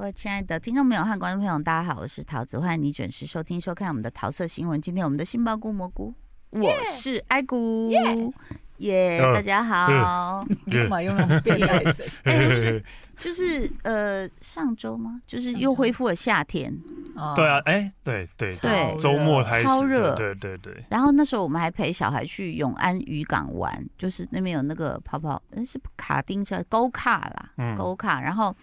位亲爱的听众朋友和观众朋友，大家好，我是桃子，欢迎你准时收听收看我们的桃色新闻。今天我们的杏鲍菇蘑菇，我是爱菇，耶，嗯大家好。你干嘛用那种变态声？ 哎就是呃，上周吗？就是又恢复了夏天，哦对哦啊，，哎，对对对周末开始，超热对对对对，然后那时候我们还陪小孩去永安渔港玩，就是那边有那个泡泡，呃是卡丁车勾卡啦，嗯勾卡，然后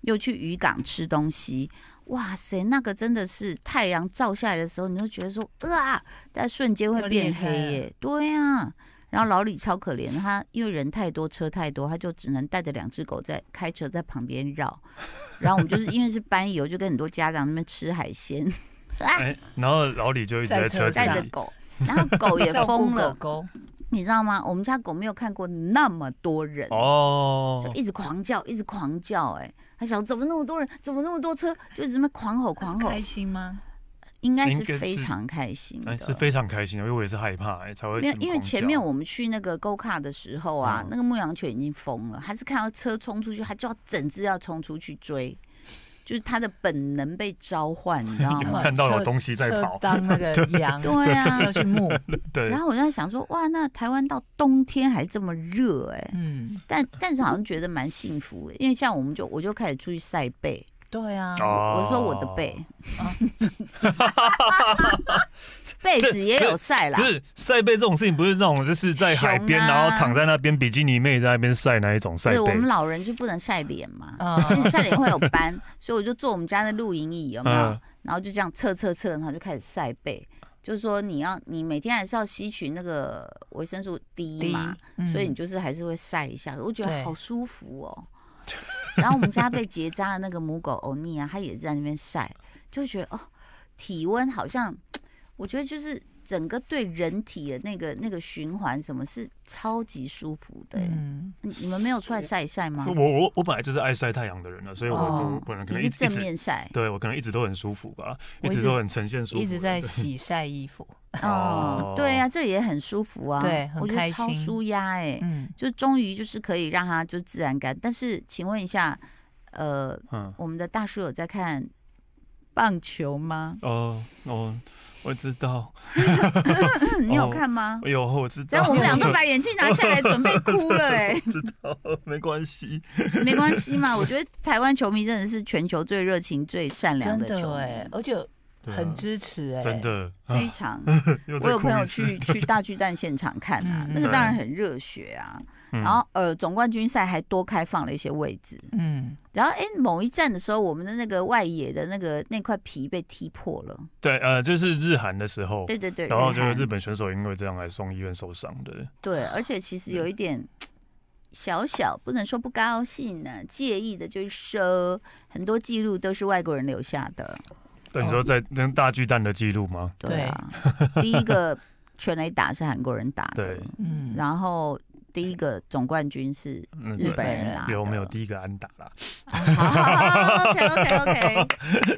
又去渔港吃东西。哇塞，那个真的是太阳照下来的时候，你就觉得说，啊，但瞬间会变黑耶、对啊。然后老李超可怜，他因为人太多，车太多，他就只能带着两只狗在开车在旁边绕。然后我们就是因为是班游，就跟很多家长那边吃海鲜， 哎，然后老李就一直在车子带着里，狗，然后 狗也照顾疯了狗，狗，你知道吗？我们家狗没有看过那么多人，哦就，一直狂叫，一直狂叫、哎，他想怎么那么多人，怎么那么多车，就一直在那边狂吼它狂哦是吼，开心吗？应该是应该是非常开心的。哎，是非常开心的，因为我也是害怕，哎，才会没有，这么因为狂前叫面我们去那个 Go Car 的时候啊，嗯那个牧羊犬已经疯了，它是看到车冲出去，它就要整只要冲出去追，就是它的本能被召唤，你知道 有吗？看到有东西在车跑，当那个羊 对 啊，要去牧，对然，后我就在想说，哇，那台湾到冬天还这么热、哎，嗯，但但是好像觉得蛮幸福欸的，因为像我们就我就开始出去晒背，对啊，哦我说我的背，啊被子也有晒啦不，是晒背这种事情，不是那种就是在海边，熊啊然后躺在那边比基尼妹在那边晒那一种晒不是背我，们老人就不能晒脸嘛，啊，因为晒脸会有斑，所以我就坐我们家的露营椅，有没有嗯？然后就这样测测测，然后就开始晒背，就是说你要你每天还是要吸取那个维生素 D 嘛，嗯所以你就是还是会晒一下，我觉得对好舒服 哦。然后我们家被结扎的那个母狗欧尼啊，它也在那边晒，就觉得哦，体温好像，我觉得就是整个对人体的那个那个循环什么是超级舒服的、欸嗯，你你们没有出来晒一晒吗我？嗯我我本来就是爱晒太阳的人了，啊所以我哦我本来可你能一是直一正直。面晒对，我可能一直都很舒服吧，我一一直直都很呈现舒服的，一直在洗晒衣服，哦哦，对啊，这也很舒服啊，对很我觉得开心超舒压哎、嗯，就终于就是可以让它就自然干。但是请问一下，呃，嗯，我们的大叔有在看棒球吗？哦哦，我知道，你有看吗？哎呦，我知这道，样我们俩都把眼镜拿下来，准备哭 了哎、没关系，没关系嘛。我觉得台湾球迷真的是全球最热情、最善良真的的球哎迷，，而且嗯对啊很支持哎，真，的。啊非常。 又哎我再有哭朋友一次去，去大巨蛋现场看啊，嗯那个当然很热血啊。然然后呃，总冠军赛还多开放了一些位置。嗯，然后哎，某一站的时候，我们的那个外野的那个那块皮被踢破了。对呃，就是日韩的时候，对对对，然后就是韩日本选手因为这样来送医院受伤的，对，而且其实有嗯一点小小，不能说不高兴呢、介意的就是说，很多记录都是外国人留下的。哦但你说在跟大巨蛋的记录吗？对啊，第一 个全垒打是韩国人打的对，嗯，然后第一个总冠军 是嗯日对本人啊拿的。有没有第一个安打啦？ 好，OK OK OK。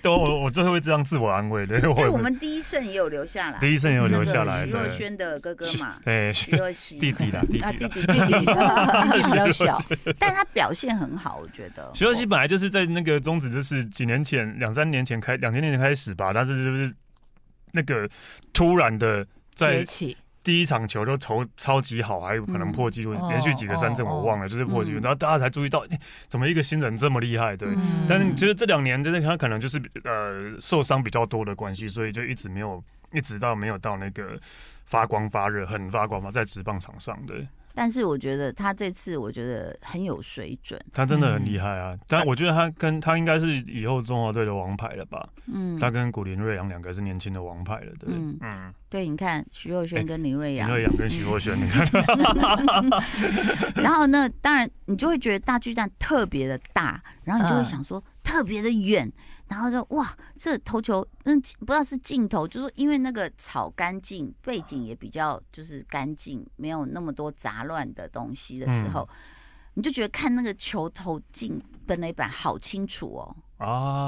对，我我最后会这样自我安慰的，我因为也哎我没们第一胜也有留下来，第一胜也有留下就来是对那个徐若瑄的哥哥 嘛，哎徐若曦 弟弟啦，弟啊，弟弟啦。弟弟弟， 年纪比较小，但他表现很好，我觉得。哦徐若曦本来就是在那个宗旨，就是几年前两三年前开两千年前开始吧，但是就是那个突然的在崛起，第一场球就投超级好，还有可能破纪录，嗯连续几个三振哦哦我忘了，就是破纪录，嗯然后大家才注意到，诶怎么一个新人这么厉害？对，嗯但是就是这两年，就是他可能就是呃受伤比较多的关系，所以就一直没有，一直到没有到那个发光发热，很发光嘛，在职棒场上的但是我觉得他这次我觉得很有水准，他真的很厉害嗯啊！但我觉得他跟他应该是以后中华队的王牌了吧？嗯，他跟古林瑞阳两个是年轻的王牌了，对不对，嗯嗯，哎对，你看徐若瑄跟林瑞林阳，瑞阳跟徐若瑄，你看，然后呢，当然你就会觉得大巨蛋特别的大，然后你就会嗯想说特别的远，然后就哇，这投球嗯不知道是镜头，就是因为那个草干净，背景也比较就是干净，没有那么多杂乱的东西的时嗯候，你就觉得看那个球投进本垒板好清楚哦，啊，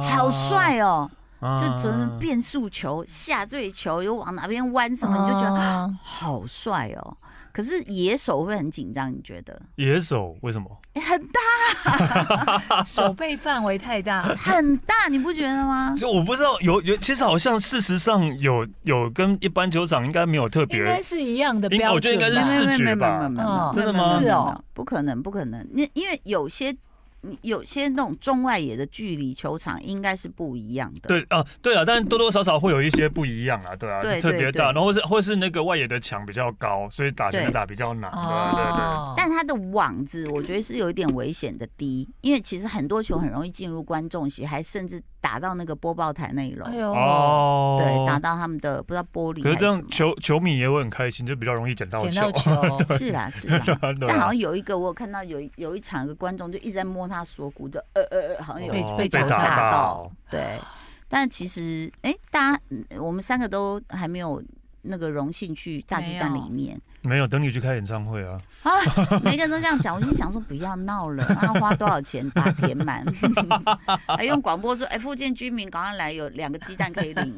好帅哦，啊，就只能变速球、下坠球，又往哪边弯什么，你就觉得得好哦帅哦。可是野手会很紧张，你觉得？野手为什么？诶很大哦 手背范围太大，很大，你不觉得吗？就我不知道有有，其实好像事实上有有跟一般酒厂应该没有 特别应，该是一样的应标我觉得准应吧。 该是视没没没没觉没吧嗯没没没哦，真的吗没有没有没有是哦没有不可能，不可能。因因为有些有些那种中外野的距离球场应该是不一样的。对啊，对啊，但多多少少会有一些不一样啊，对啊，对就特别对对大，然后或是或是那个外野的墙比较高，所以打对拳打比较难，对啊对啊对啊。哦，但它的网子，我觉得是有一点危险的低，因为其实很多球很容易进入观众席，还甚至打到那个播报台那一楼，哎呦，哦，对，打到他们的不知道玻璃可还是这是什样么。球球迷也会很开心，就比较容易捡到捡球到。球，是 啦是啦，对但好啊像有一个我有看到有一有一场有个观众就一直在摸他锁骨，就呃呃呃，好像有被哦被被球打砸到，对，但其实哎、诶大家嗯我们三个都还没有那个荣幸去大巨蛋没有里面 没有等你去开演唱会啊，啊，每个人都这样讲，我心想说不要闹了，啊，花多少钱把它填 满，还用广播说，哎、附近居民赶快来，有两个鸡蛋可以 领，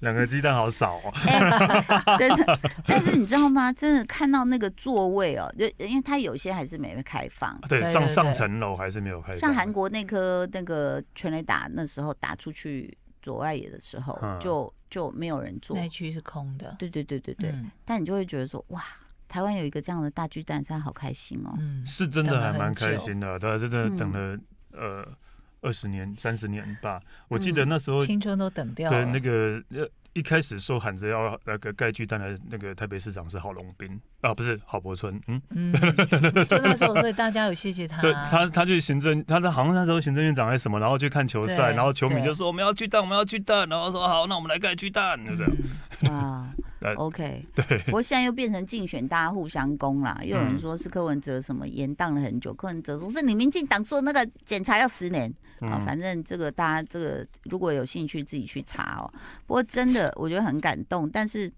两个鸡蛋好少哦。哎真的，但是你知道吗？真的看到那个座位哦，就因为它有些还是没被开放。对，对上对上对层楼还是没有开放。像韩国那颗那个全垒打那时候打出去左外野的时候，嗯就就没有人坐。那一区是空的，对对对对对，嗯但你就会觉得说，哇，台湾有一个这样的大巨蛋，真的好开心哦。嗯，是真的等了还蛮很久嗯开心的，对啊，就真的等了呃二十年、三十年吧。我记得那时候青春都等嗯掉对了。那个呃一开始说喊着要那个盖巨蛋的那个台北市长是郝龙斌啊，不是郝柏村，嗯， 嗯，就那时候，所以大家有谢谢他。对他他去行政，他在好像那时候行政院长还是什么，然后去看球赛，对然后球迷对就说我们要巨蛋，我们要巨蛋，然后说好，那我们来盖巨蛋，就这样。嗯哇呃，OK，对不过现在又变成竞选，大家互相攻啦。又有人嗯说是柯文哲什么延宕了很久，柯文哲说是你民进党说那个检查要十年啊、嗯反正这个大家这个如果有兴趣自己去查哦。不过真的我觉得很感动，但是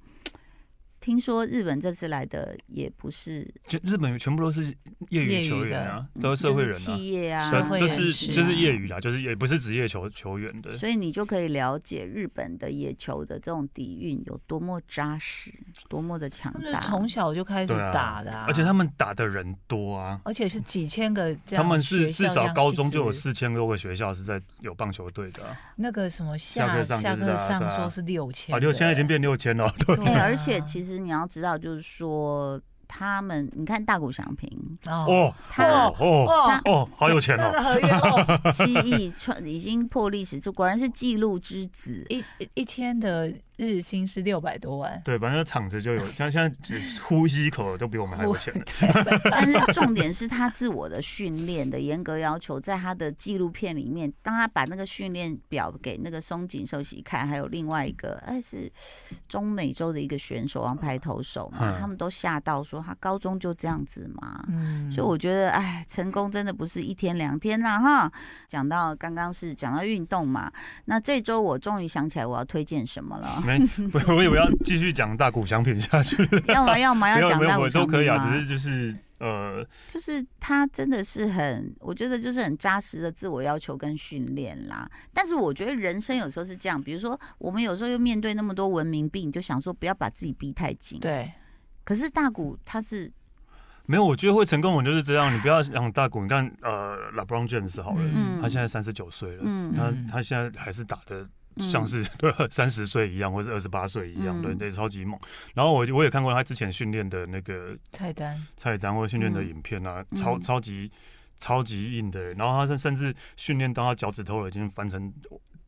听说日本这次来的也不是嗯全日本全部都是业业余余球员啊，都是社会人就是啊企业啊，社会就人是士就是啊业余啦，就是也不是职业球球员的。所以你就可以了解日本的野球的这种底蕴有多么扎实，多么的强他们大。是从小就开始对啊打的啊，而且他们打的人多啊，而且是几千个这样他们是学校至这少样高一中就有直四千多个学校是在有棒球队的啊，那个什么下下课上下就是课啊对上啊说是六千，啊，六现在已经变六千了，对， 对哎、啊而且其实你要知道，就是说他们，你看大谷翔平 哦 哦他哦哦哦，哦，好有钱那 哦，个合约 哦，七亿创已经破历史，就果然是记录之子。一一一天的日薪是六百多万，对，反正躺着就有，像现在只呼吸一口都比我们还有 钱 了， 但是重点是他自我的训练的严格要求，在他的纪录片里面，当他把那个训练表给那个松井寿喜看，还有另外一个哎是中美洲的一个选手王牌投手嘛，嗯，他们都吓到说他高中就这样子嘛。嗯，所以我觉得，哎，成功真的不是一天两天啦，哈。讲到刚刚是讲到运动嘛，那这周我终于想起来我要推荐什么了 没，不，我以为要继续讲大谷翔平下 去，要么要么没要有讲没到有，我都可以啊，吗只是就是呃，就是他真的是很，我觉得就是很扎实的自我要求跟训练啦。但是我觉得人生有时候是这样，比如说我们有时候又面对那么多文明病，就想说不要把自己逼太紧。。对，可是大谷他是没有，我觉得会成功，我就是这样，你不要讲大谷，你看呃，LeBron James 好了，嗯他现在三十九岁了，嗯他嗯他现在还是打的嗯像是 三十岁一样，或是二十八岁一样，对嗯对，超级猛。然后我我也看过他之前训练的那个菜单菜单或训练的影片啊，嗯超嗯超级超级硬的。欸然后他甚甚至训练到他脚趾头已经翻成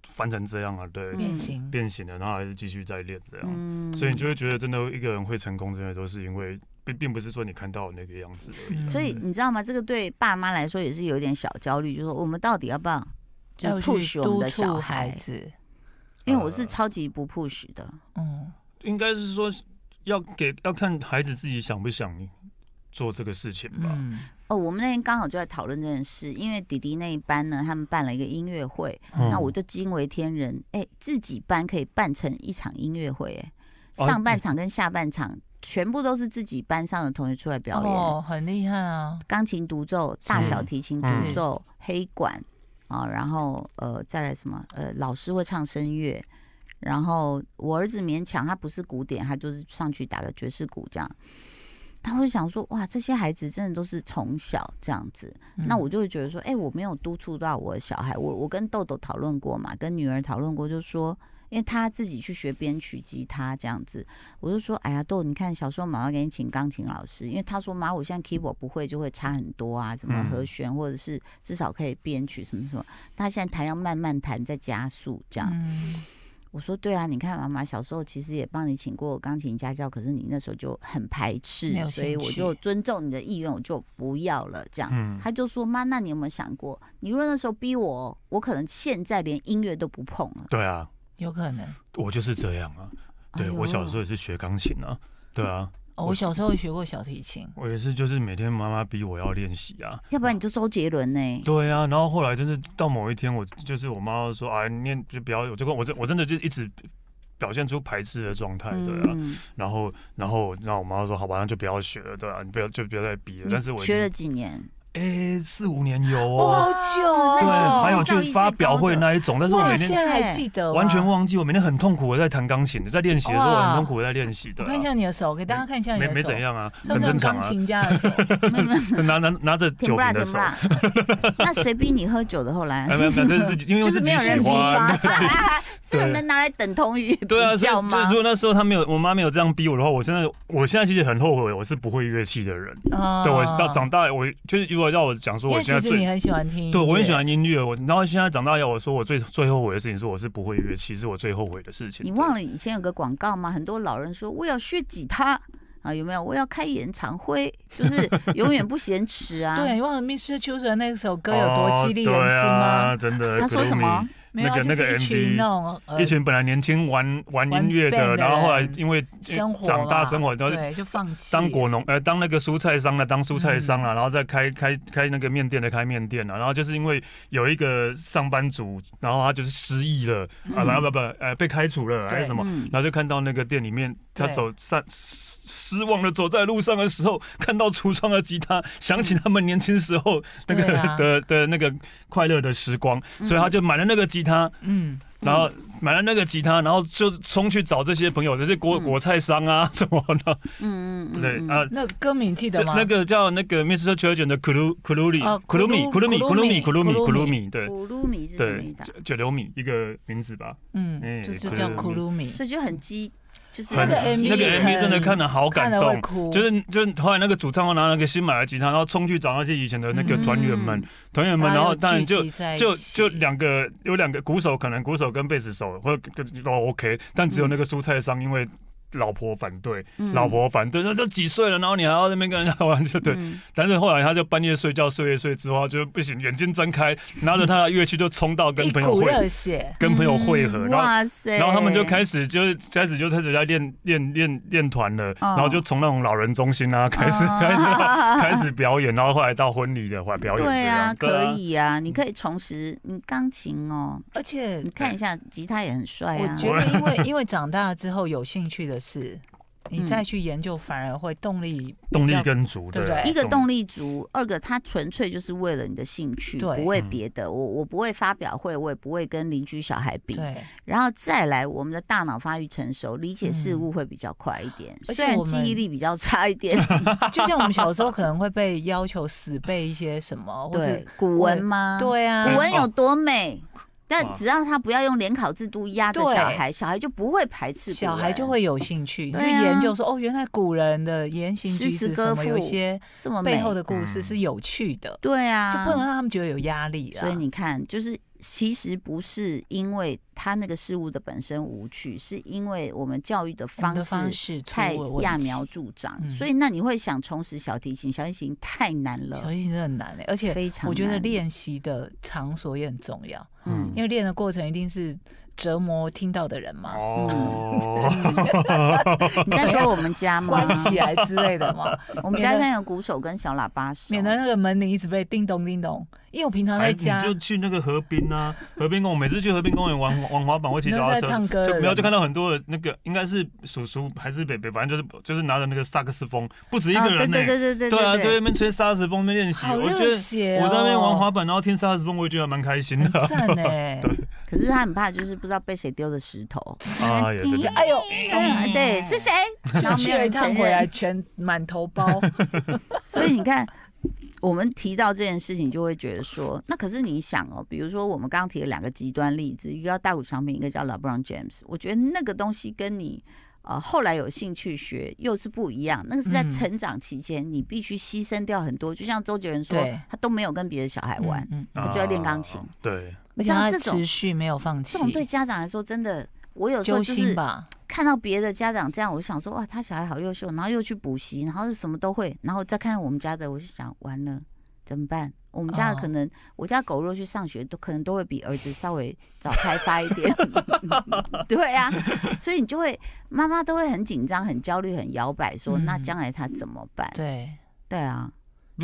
翻成这样了，对，嗯变形，变形了，然后还是继续在练这样。嗯，所以你就会觉得，真的一个人会成功，真的都是因为并并不是说你看到那个样子而已。嗯所以你知道吗？这个对爸妈来说也是有点小焦虑，就是说我们到底要不要就要去 push 我们的督促小孩孩？子，因为我是超级不 push 的，嗯，呃应该是说要给要看孩子自己想不想做这个事情吧。嗯，哦，我们那天刚好就在讨论这件事，因为弟弟那一班呢，他们办了一个音乐会，嗯那我就惊为天人，哎、自己班可以办成一场音乐会、哎，哦上半场跟下半场全部都是自己班上的同学出来表演，哦，很厉害啊，钢、琴独奏、大小提琴独嗯奏、黑管啊，然后呃再来什么呃，老师会唱声乐。然后我儿子勉强他不是古典，他就是上去打个爵士鼓这样。他会想说，哇，这些孩子真的都是从小这样子，嗯那我就会觉得说，哎、我没有督促到我的小孩，我我跟豆豆讨论过嘛，跟女儿讨论过，就说。因为他自己去学编曲、吉他这样子，我就说：“哎呀，豆，你看小时候妈妈给你请钢琴老师，因为他说妈，我现在 keyboard 不会，就会差很多啊，什么嗯和弦或者是至少可以编曲什么什么。他现在弹要慢慢弹，再加速这样。嗯我说对啊，你看妈妈小时候其实也帮你请过钢琴家教，可是你那时候就很排斥没有，所以兴我趣就尊重你的意愿，我就不要了这样。嗯他就说妈，那你有没有想过，你如果那时候逼我，我可能现在连音乐都不碰了。对啊，有可能。我就是这样啊。哎对、呦我小时候也是学钢琴啊，对啊，哦我小时候也学过小提琴，我也是就是每天妈妈逼我要练习啊，要不然你就周杰伦呢、对啊，然后后来就是到某一天我，就是我妈说啊，你念就不要，我就跟我真我真的就一直表现出排斥的状态，对啊。嗯，然后然后然后我妈说，好吧，那就不要学了，对啊，你不要就不要再逼了。你但是我已学经了几年，哎四五年有哇哦，好久哦对，那还有就去发表会那一种，但是我每现天在还记得吗啊完全。忘记，我每天很痛苦，我在弹钢琴，在练习的时候哇很痛苦，在练习我的、看一啊。下你的手，给大家看一下你的没手，没怎样啊，像很那正种常钢啊。琴家的 手， 拿拿拿着甜酒不辣瓶甜不的手，辣。 那谁逼你喝酒的？后来哎没有没有，这是因为就我是自己没有人喜激欢发，， 这个对能拿来等同于对啊，比所以较就吗如？果那时候他没有，我妈没有这样逼我的话，我现在我现在其实很后悔，我是不会乐器的人。啊对我到长大，我就是如果要我讲说因我为现在其实你最。很喜欢听，对，我很喜。欢音乐。我然后现在长大要我说，我最最后悔的事情是我是不会乐器，是我最后悔的事情。你忘了以前有个广告吗？很多老人说我要学吉他啊，有没有？我要开演唱会，就是永远不嫌迟啊。 对，你忘了 Mr. Children 那首歌对有多激励人心哦吗哦对啊、？真的，他说什么？没有啊，那个就是一群那种 Gloomy？呃一群本来年轻玩玩玩音乐 band 的，的然后后来人因为生活长大嘛生活，然后对就放弃当果农，呃，当那个蔬菜商的当蔬菜商嗯啊，然后再开开开那个面店的开面店啊，然后就是因为有一个上班族，然后他就是失忆了、啊，然后不不呃被开除了还是对什么，嗯，然后就看到那个店里面他对走散失失望的走在路上的时候，看到橱窗的吉他，想起他们年轻 时候那个对的、啊的那个快乐的时光，嗯所以他就买了那个吉他，嗯，然后买了那个吉他，然后就冲去找这些朋友，这些果、嗯果菜商啊什么的，嗯嗯，对嗯啊，。那歌名记就得吗？那个叫那个 Mr. Children 的 Kulu Kululi 哦 Kulumi Kulumi Kulumi Kulumi Kulumi- Kulumi Kulumi 对古鲁米是什么对意思啊？九流米一个名字吧，嗯，哎就就叫 Gloomy Kulumi，所以就很激，就是很那个 E 很激那个烈 MV 真的看了好看感了会动，哭，就是就是后来那个主唱拿那个新买的吉他，然后冲去找那些以前的那个团员们嗯，团员大们，家然后又当然聚就集在一就起就两个有两个鼓手，可能鼓手跟贝斯手或者都 OK，但只有嗯那个蔬菜商因为老婆反对，嗯老婆反对，那都几岁了，然后你还要在那边跟人家玩，就对。嗯但是后来他就半夜睡觉睡一睡之后，他就不行，眼睛睁开，拿着他的乐器就冲到跟一朋友股热会血，跟朋友会合，嗯然后哇塞，然后他们就开始就是开始就开始在练练练练团了，然后就从那种老人中心啊开始哦啊开 始开始表演，然后后来到婚礼的话表演这对啊，样，嗯可以啊，你可以重拾你钢琴哦，而且你看一下吉他也很帅我啊，觉得，因为因为长大之后有兴趣的事，你嗯再去研究反而会动力动比力较跟足，对不啊对一个动力足，二个他纯粹就是为了你的兴趣，对不为嗯别的。我我不会发表会，我也不会跟邻居小孩比。 对，然后再来，我们的大脑发育成熟，理解事物会比较快一点，嗯而且虽然我们记忆力比较差一 点。就像我们小时候可能会被要求死背一些什么，或对是，古文吗？，对啊，古文有哦多美？但哇只要他不要用联考制度压着对小孩，小孩就不会排斥古文。小孩就会有兴趣，你就对啊研究说哦，原来古人的言行举诗词止歌什么，赋有一些这么美背后的故事嗯是有趣的，对就啊，不能让他们觉得有压力啊。所以你看，就是其实不是因为他那个事物的本身无趣，是因为我们教育的我方们的方式式出太了问揠题苗助长，嗯所以那你会想重拾小提琴，小提琴太难小了，提琴真的很难欸，而且非常我觉得难练习的场所也很重要，嗯因为练的过程一定是折磨听到的人嘛，哦， 你在说我们家吗？关起来之类 的嘛，我们家现在有鼓手跟小喇叭手，免得那个门铃一直被叮咚叮咚。因为我平常哎在你家，就去那个河滨 啊，河滨公园，每次去河滨公园玩玩滑板或骑脚踏你都在唱歌车，的就人没有就看到很多的那个应该是叔叔还是北北，反正就是就是拿着那个萨克斯风，不止一啊个人呢对，对对对对啊，对对，那边吹萨克斯风那边练习，好我觉热得。血、哦，我在那边玩滑板，然后听萨克斯风，我也觉得蛮开心的啊。 很赞哎、可可是他很怕，就是不知道被谁丢的石头。 哎呀，对对哎呦，嗯，对，是谁？然就后去没有了一人趟承回来，认。全满头 包。所以你看，我们提到这件事情，就会觉得说，那可是你想哦，比如说我们刚刚提了两个极端例子，一个叫大谷翔平，一个叫 LeBron James。我觉得那个东西跟你呃后来有兴趣学又是不一样，那个是在嗯成长期间，你必须牺牲掉很多。就像周杰伦说对，他都没有跟别的小孩玩，嗯，我就要练钢琴啊对，而且像他这种持续没有放弃这，种对家长来说真的。我有时候揪就是心吧。看到别的家长这样，我就想说哇，他小孩好优秀，然后又去补习，然后什么都会，然后再看看我们家的，我就想完了怎么办？我们家的哦可能，我家狗若去上学，都可能都会比儿子稍微早开发一点， 对呀、所以你就会妈妈都会很紧张、很焦虑、很摇摆，说、嗯那将来他怎么办？对，对啊，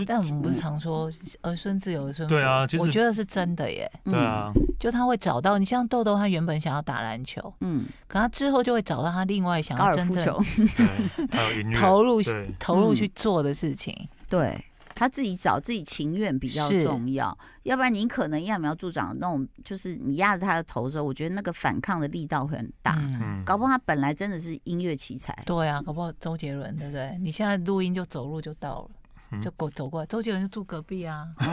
但我们不是常说儿孙自有儿孙福嗯对啊其实我觉得是真的耶。嗯对，啊，就他会找到你，像豆豆，他原本想要打篮球，嗯，可他之后就会找到他另外想高要尔啊真夫正球，嗯对还有 音乐，投入对投入去做的事情。对他自己找自己情愿比较是重要，要不然你可能揠苗助长那种，就是你压着他的头的时候，我觉得那个反抗的力道会很大。嗯，嗯搞不好他本来真的是音乐奇才，对啊，搞不好周杰伦对不对？你现在录音就走路就到了，嗯就走走过来。周杰伦就住隔壁啊。哦，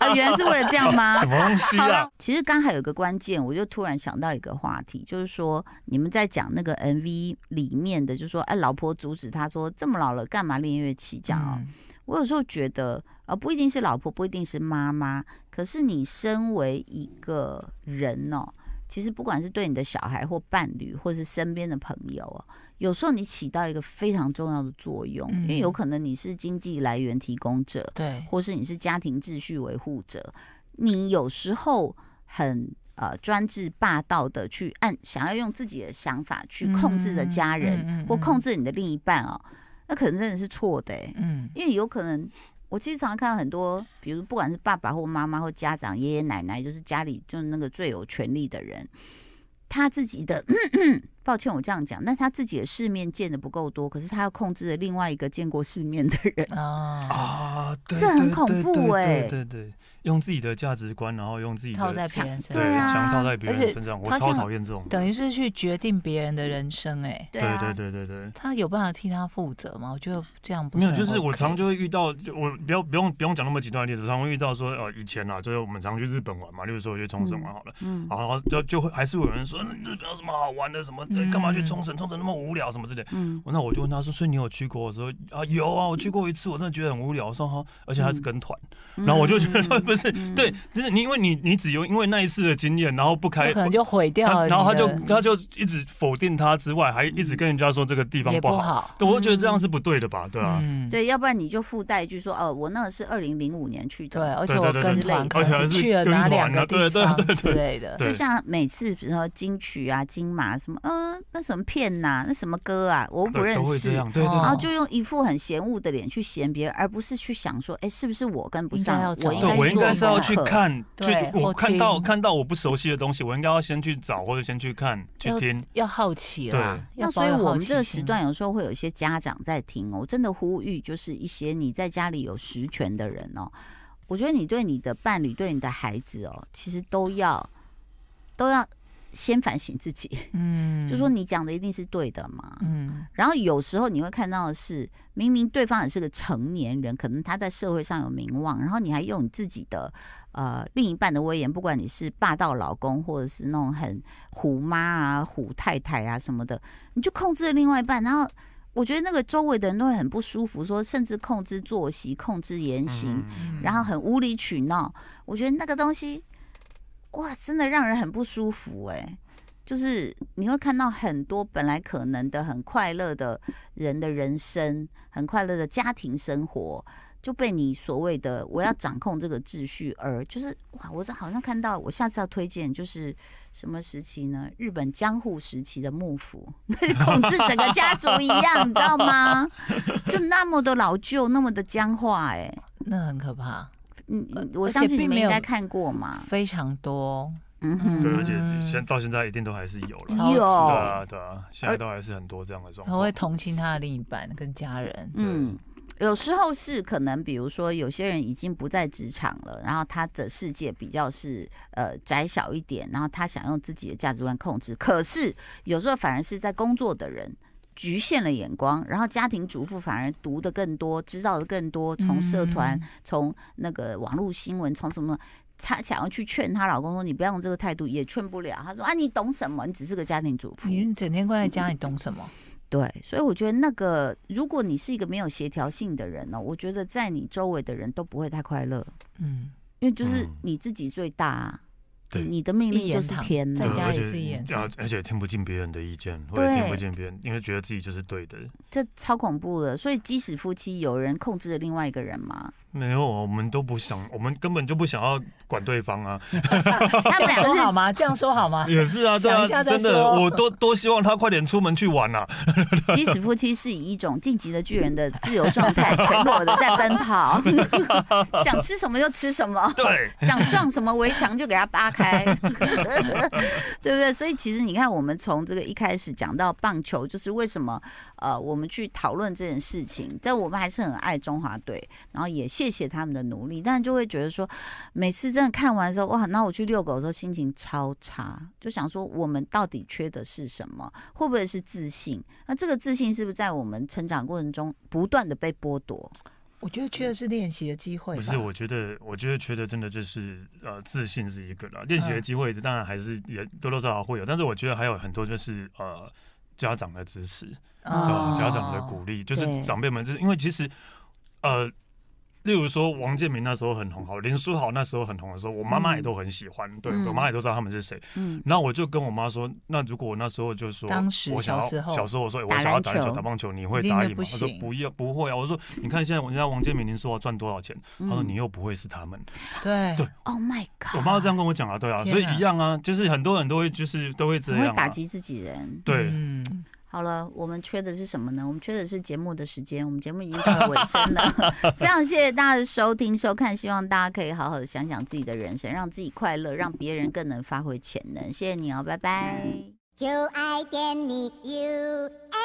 啊， 原来是为了这样吗 什？么东西好啊了？，其实刚才有个关键，我就突然想到一个话题，就是说你们在讲那个 MV 里面的，就说哎，老婆阻止他说这么老了干嘛练乐器这样哦。嗯我有时候觉得，呃，不一定是老婆，不一定是妈妈，可是你身为一个人哦，其实不管是对你的小孩或伴侣，或是身边的朋友哦，有时候你起到一个非常重要的作用，嗯因为有可能你是经济来源提供者，对，或是你是家庭秩序维护者，你有时候很。呃，专制霸道的去按想要用自己的想法去控制着家人，嗯嗯嗯嗯或控制你的另一半哦，那可能真的是错的、欸。嗯，因为有可能，我其实常常看到很多，比如不管是爸爸或妈妈或家长、爷爷奶奶，就是家里就是那个最有权力的人，他自己的， 抱歉我这样讲，但他自己的世面见的不够多，可是他要控制了另外一个见过世面的人，啊，啊，对这很对恐对怖对欸对对对，用自己的价值观，然后用自己的套在别人身对对上，啊强套在别而人且身上，我他这超样讨厌这种人。等于是去决定别人的人生。哎，对啊， 对对对对对。他有办法替他负责吗？我觉得这样不没有，很就是我 OK 常就会遇到，就我不要不用不用讲那么极端的例子，常会遇到说，呃，以前啊，就是我们常去日本玩嘛，例如说我去冲绳玩好了，嗯然后就就会还是会有人说，嗯日本有什么好玩的，什么呃嗯干嘛去冲绳，冲绳那么无聊什么之类的。嗯那我就问他说，所以你有去过？我说啊有啊，我去过一次，我真的觉得很无聊。我说哈，而且他是跟团，嗯然后我就觉得不是嗯对，就是你因为你你只有因为那一次的经验，然后不那开可。能就毁掉他了你的。嗯然后他就他就一直否定他之外，还一直跟人家说这个地方也不不好，好，对，我就觉得这样是不对的吧，对啊，嗯，对，要不然你就附带一句说，哦，我那个是二零零五年去对，啊的。而且对我对对跟对团，可而且还能是只去了跟哪团两啊个对对地对方对之类的，对就像每次比如说金曲啊、金马什么，嗯、那什么片呐、那什么歌啊，我又不对，认都会识这。样，对对对然后哦就用一副很嫌恶的脸去嫌别人，而不是去想说，哎，是不是我跟不应该上要？我找哦应对，该我应做该是要功去课。看，去对我或看到听看到我不熟悉的东西，我应该要先去找或者先去看去就听。要好奇啦。那要所保以有我好们奇这个心时，段有时候会有一些家长在听哦，我真的呼吁就是一些你在家里有实权的人哦，我觉得你对你的伴侣、对你的孩子哦，其实都要都要先反省自己，嗯就说，你讲的一定是对的嘛。嗯，然后有时候你会看到的是，明明对方也是个成年人，可能他在社会上有名望，然后你还用你自己的呃另一半的威严，不管你是霸道老公，或者是那种很虎妈啊、虎太太啊什么的，你就控制了另外一半，然后。我觉得那个周围的人都会很不舒服，说甚至控制作息、控制言行，嗯然后很无理取闹。我觉得那个东西，哇，真的让人很不舒服哎、就是你会看到很多本来可能的很快乐的人的人生，很快乐的家庭生活，就被你所谓的我要掌控这个秩序而就是哇，我这好像看到我下次要推荐就是什么时期呢？日本江户时期的幕府， 控制整个家族一样，你知道吗？就那么的老旧，那么的僵化、哎。那很可怕，嗯，嗯我呃而且相信你并们没应有该看过嘛。非常多，嗯对，哼，而且嗯哦现到现在一定都还是有了。超级对有，啊，对啊，现在都还是很多这样的状他况会。同情他的另一半跟家人，嗯，有时候是可能，比如说有些人已经不在职场了，然后他的世界比较是呃窄小一点，然后他想用自己的价值观控制。可是有时候反而是在工作的人局限了眼光，然后家庭主妇反而读的更多，知道的更多，嗯从社团、从那个网络新闻，从什么。她想要去劝她老公说：“你不要用这个态度，也劝不了。”她说：“啊，你懂什么？你只是个家庭主妇。”嗯你整天关在家，你懂什么？对，所以我觉得那个，如果你是一个没有协调性的人呢、我觉得在你周围的人都不会太快乐，嗯，因为就是嗯你自己最大、啊，对你的命一令言就是堂天在呐，家而也且是一样嗯啊，而且听不进别人的意见，或者对听不进别人，因为觉得自己就是对的。这超恐怖的。所以即使夫妻有人控制了另外一个人 嘛，没有，我们都不想，我们根本就不想要管对方啊。他这们两样个说好是吗？这样说好吗？ 也是啊，对想啊，一下再真的，说我都都希望他快点出门去玩 啊。即使夫妻是以一种晋级的巨人的自由状态，全裸的在奔跑， 想吃什么就吃什么。对， 想撞什么围墙就给它扒开，对不对？所以其实你看，我们从这个一开始讲到棒球，就是为什么呃，我们去讨论这件事情，但我们还是很爱中华队，然后也谢谢他们的努力，但就会觉得说，每次真的看完的时候，哇，那我去遛狗的时候心情超差，就想说我们到底缺的是什么？会不会是自信？那这个自信是不是在我们成长过程中不断的被剥夺？ 我觉得缺的是练习的机会吧。不是，我觉得，我觉得缺的真的就是呃，自信是一个啦，练习嗯的机会当然还是也多多少少会有，但是我觉得还有很多就是呃，家长的支持，嗯哦家长的鼓励，就是对长辈们，就是因为其实呃。例如说，王建民那时候很红，好，林书豪那时候很红的时候，我妈妈也都很喜欢，对嗯我妈也都知道他们是谁。嗯，然后我就跟我妈说，那如果我那时候就说，当时我想要小时候小时候我说我打想要篮打篮球、球打棒球，你会一定答会应不吗？她说行不要，不会啊。我说你看现在人家王建民、林书豪赚多少钱，她嗯说你又不会是他们。哦对对 Oh my God！我妈这样跟我讲啊，对啊，天所以哪一样啊，就是很多人都会就是都会这很会样打啊。击自己人。对，嗯，好了，我们缺的是什么呢？我们缺的是节目的时间，我们节目已经到了尾声了。 非常谢谢大家的收听收看，希望大家可以好好的想想自己的人生，让自己快乐，让别人更能发挥潜能。谢谢你哦，拜拜。就爱点你 U。F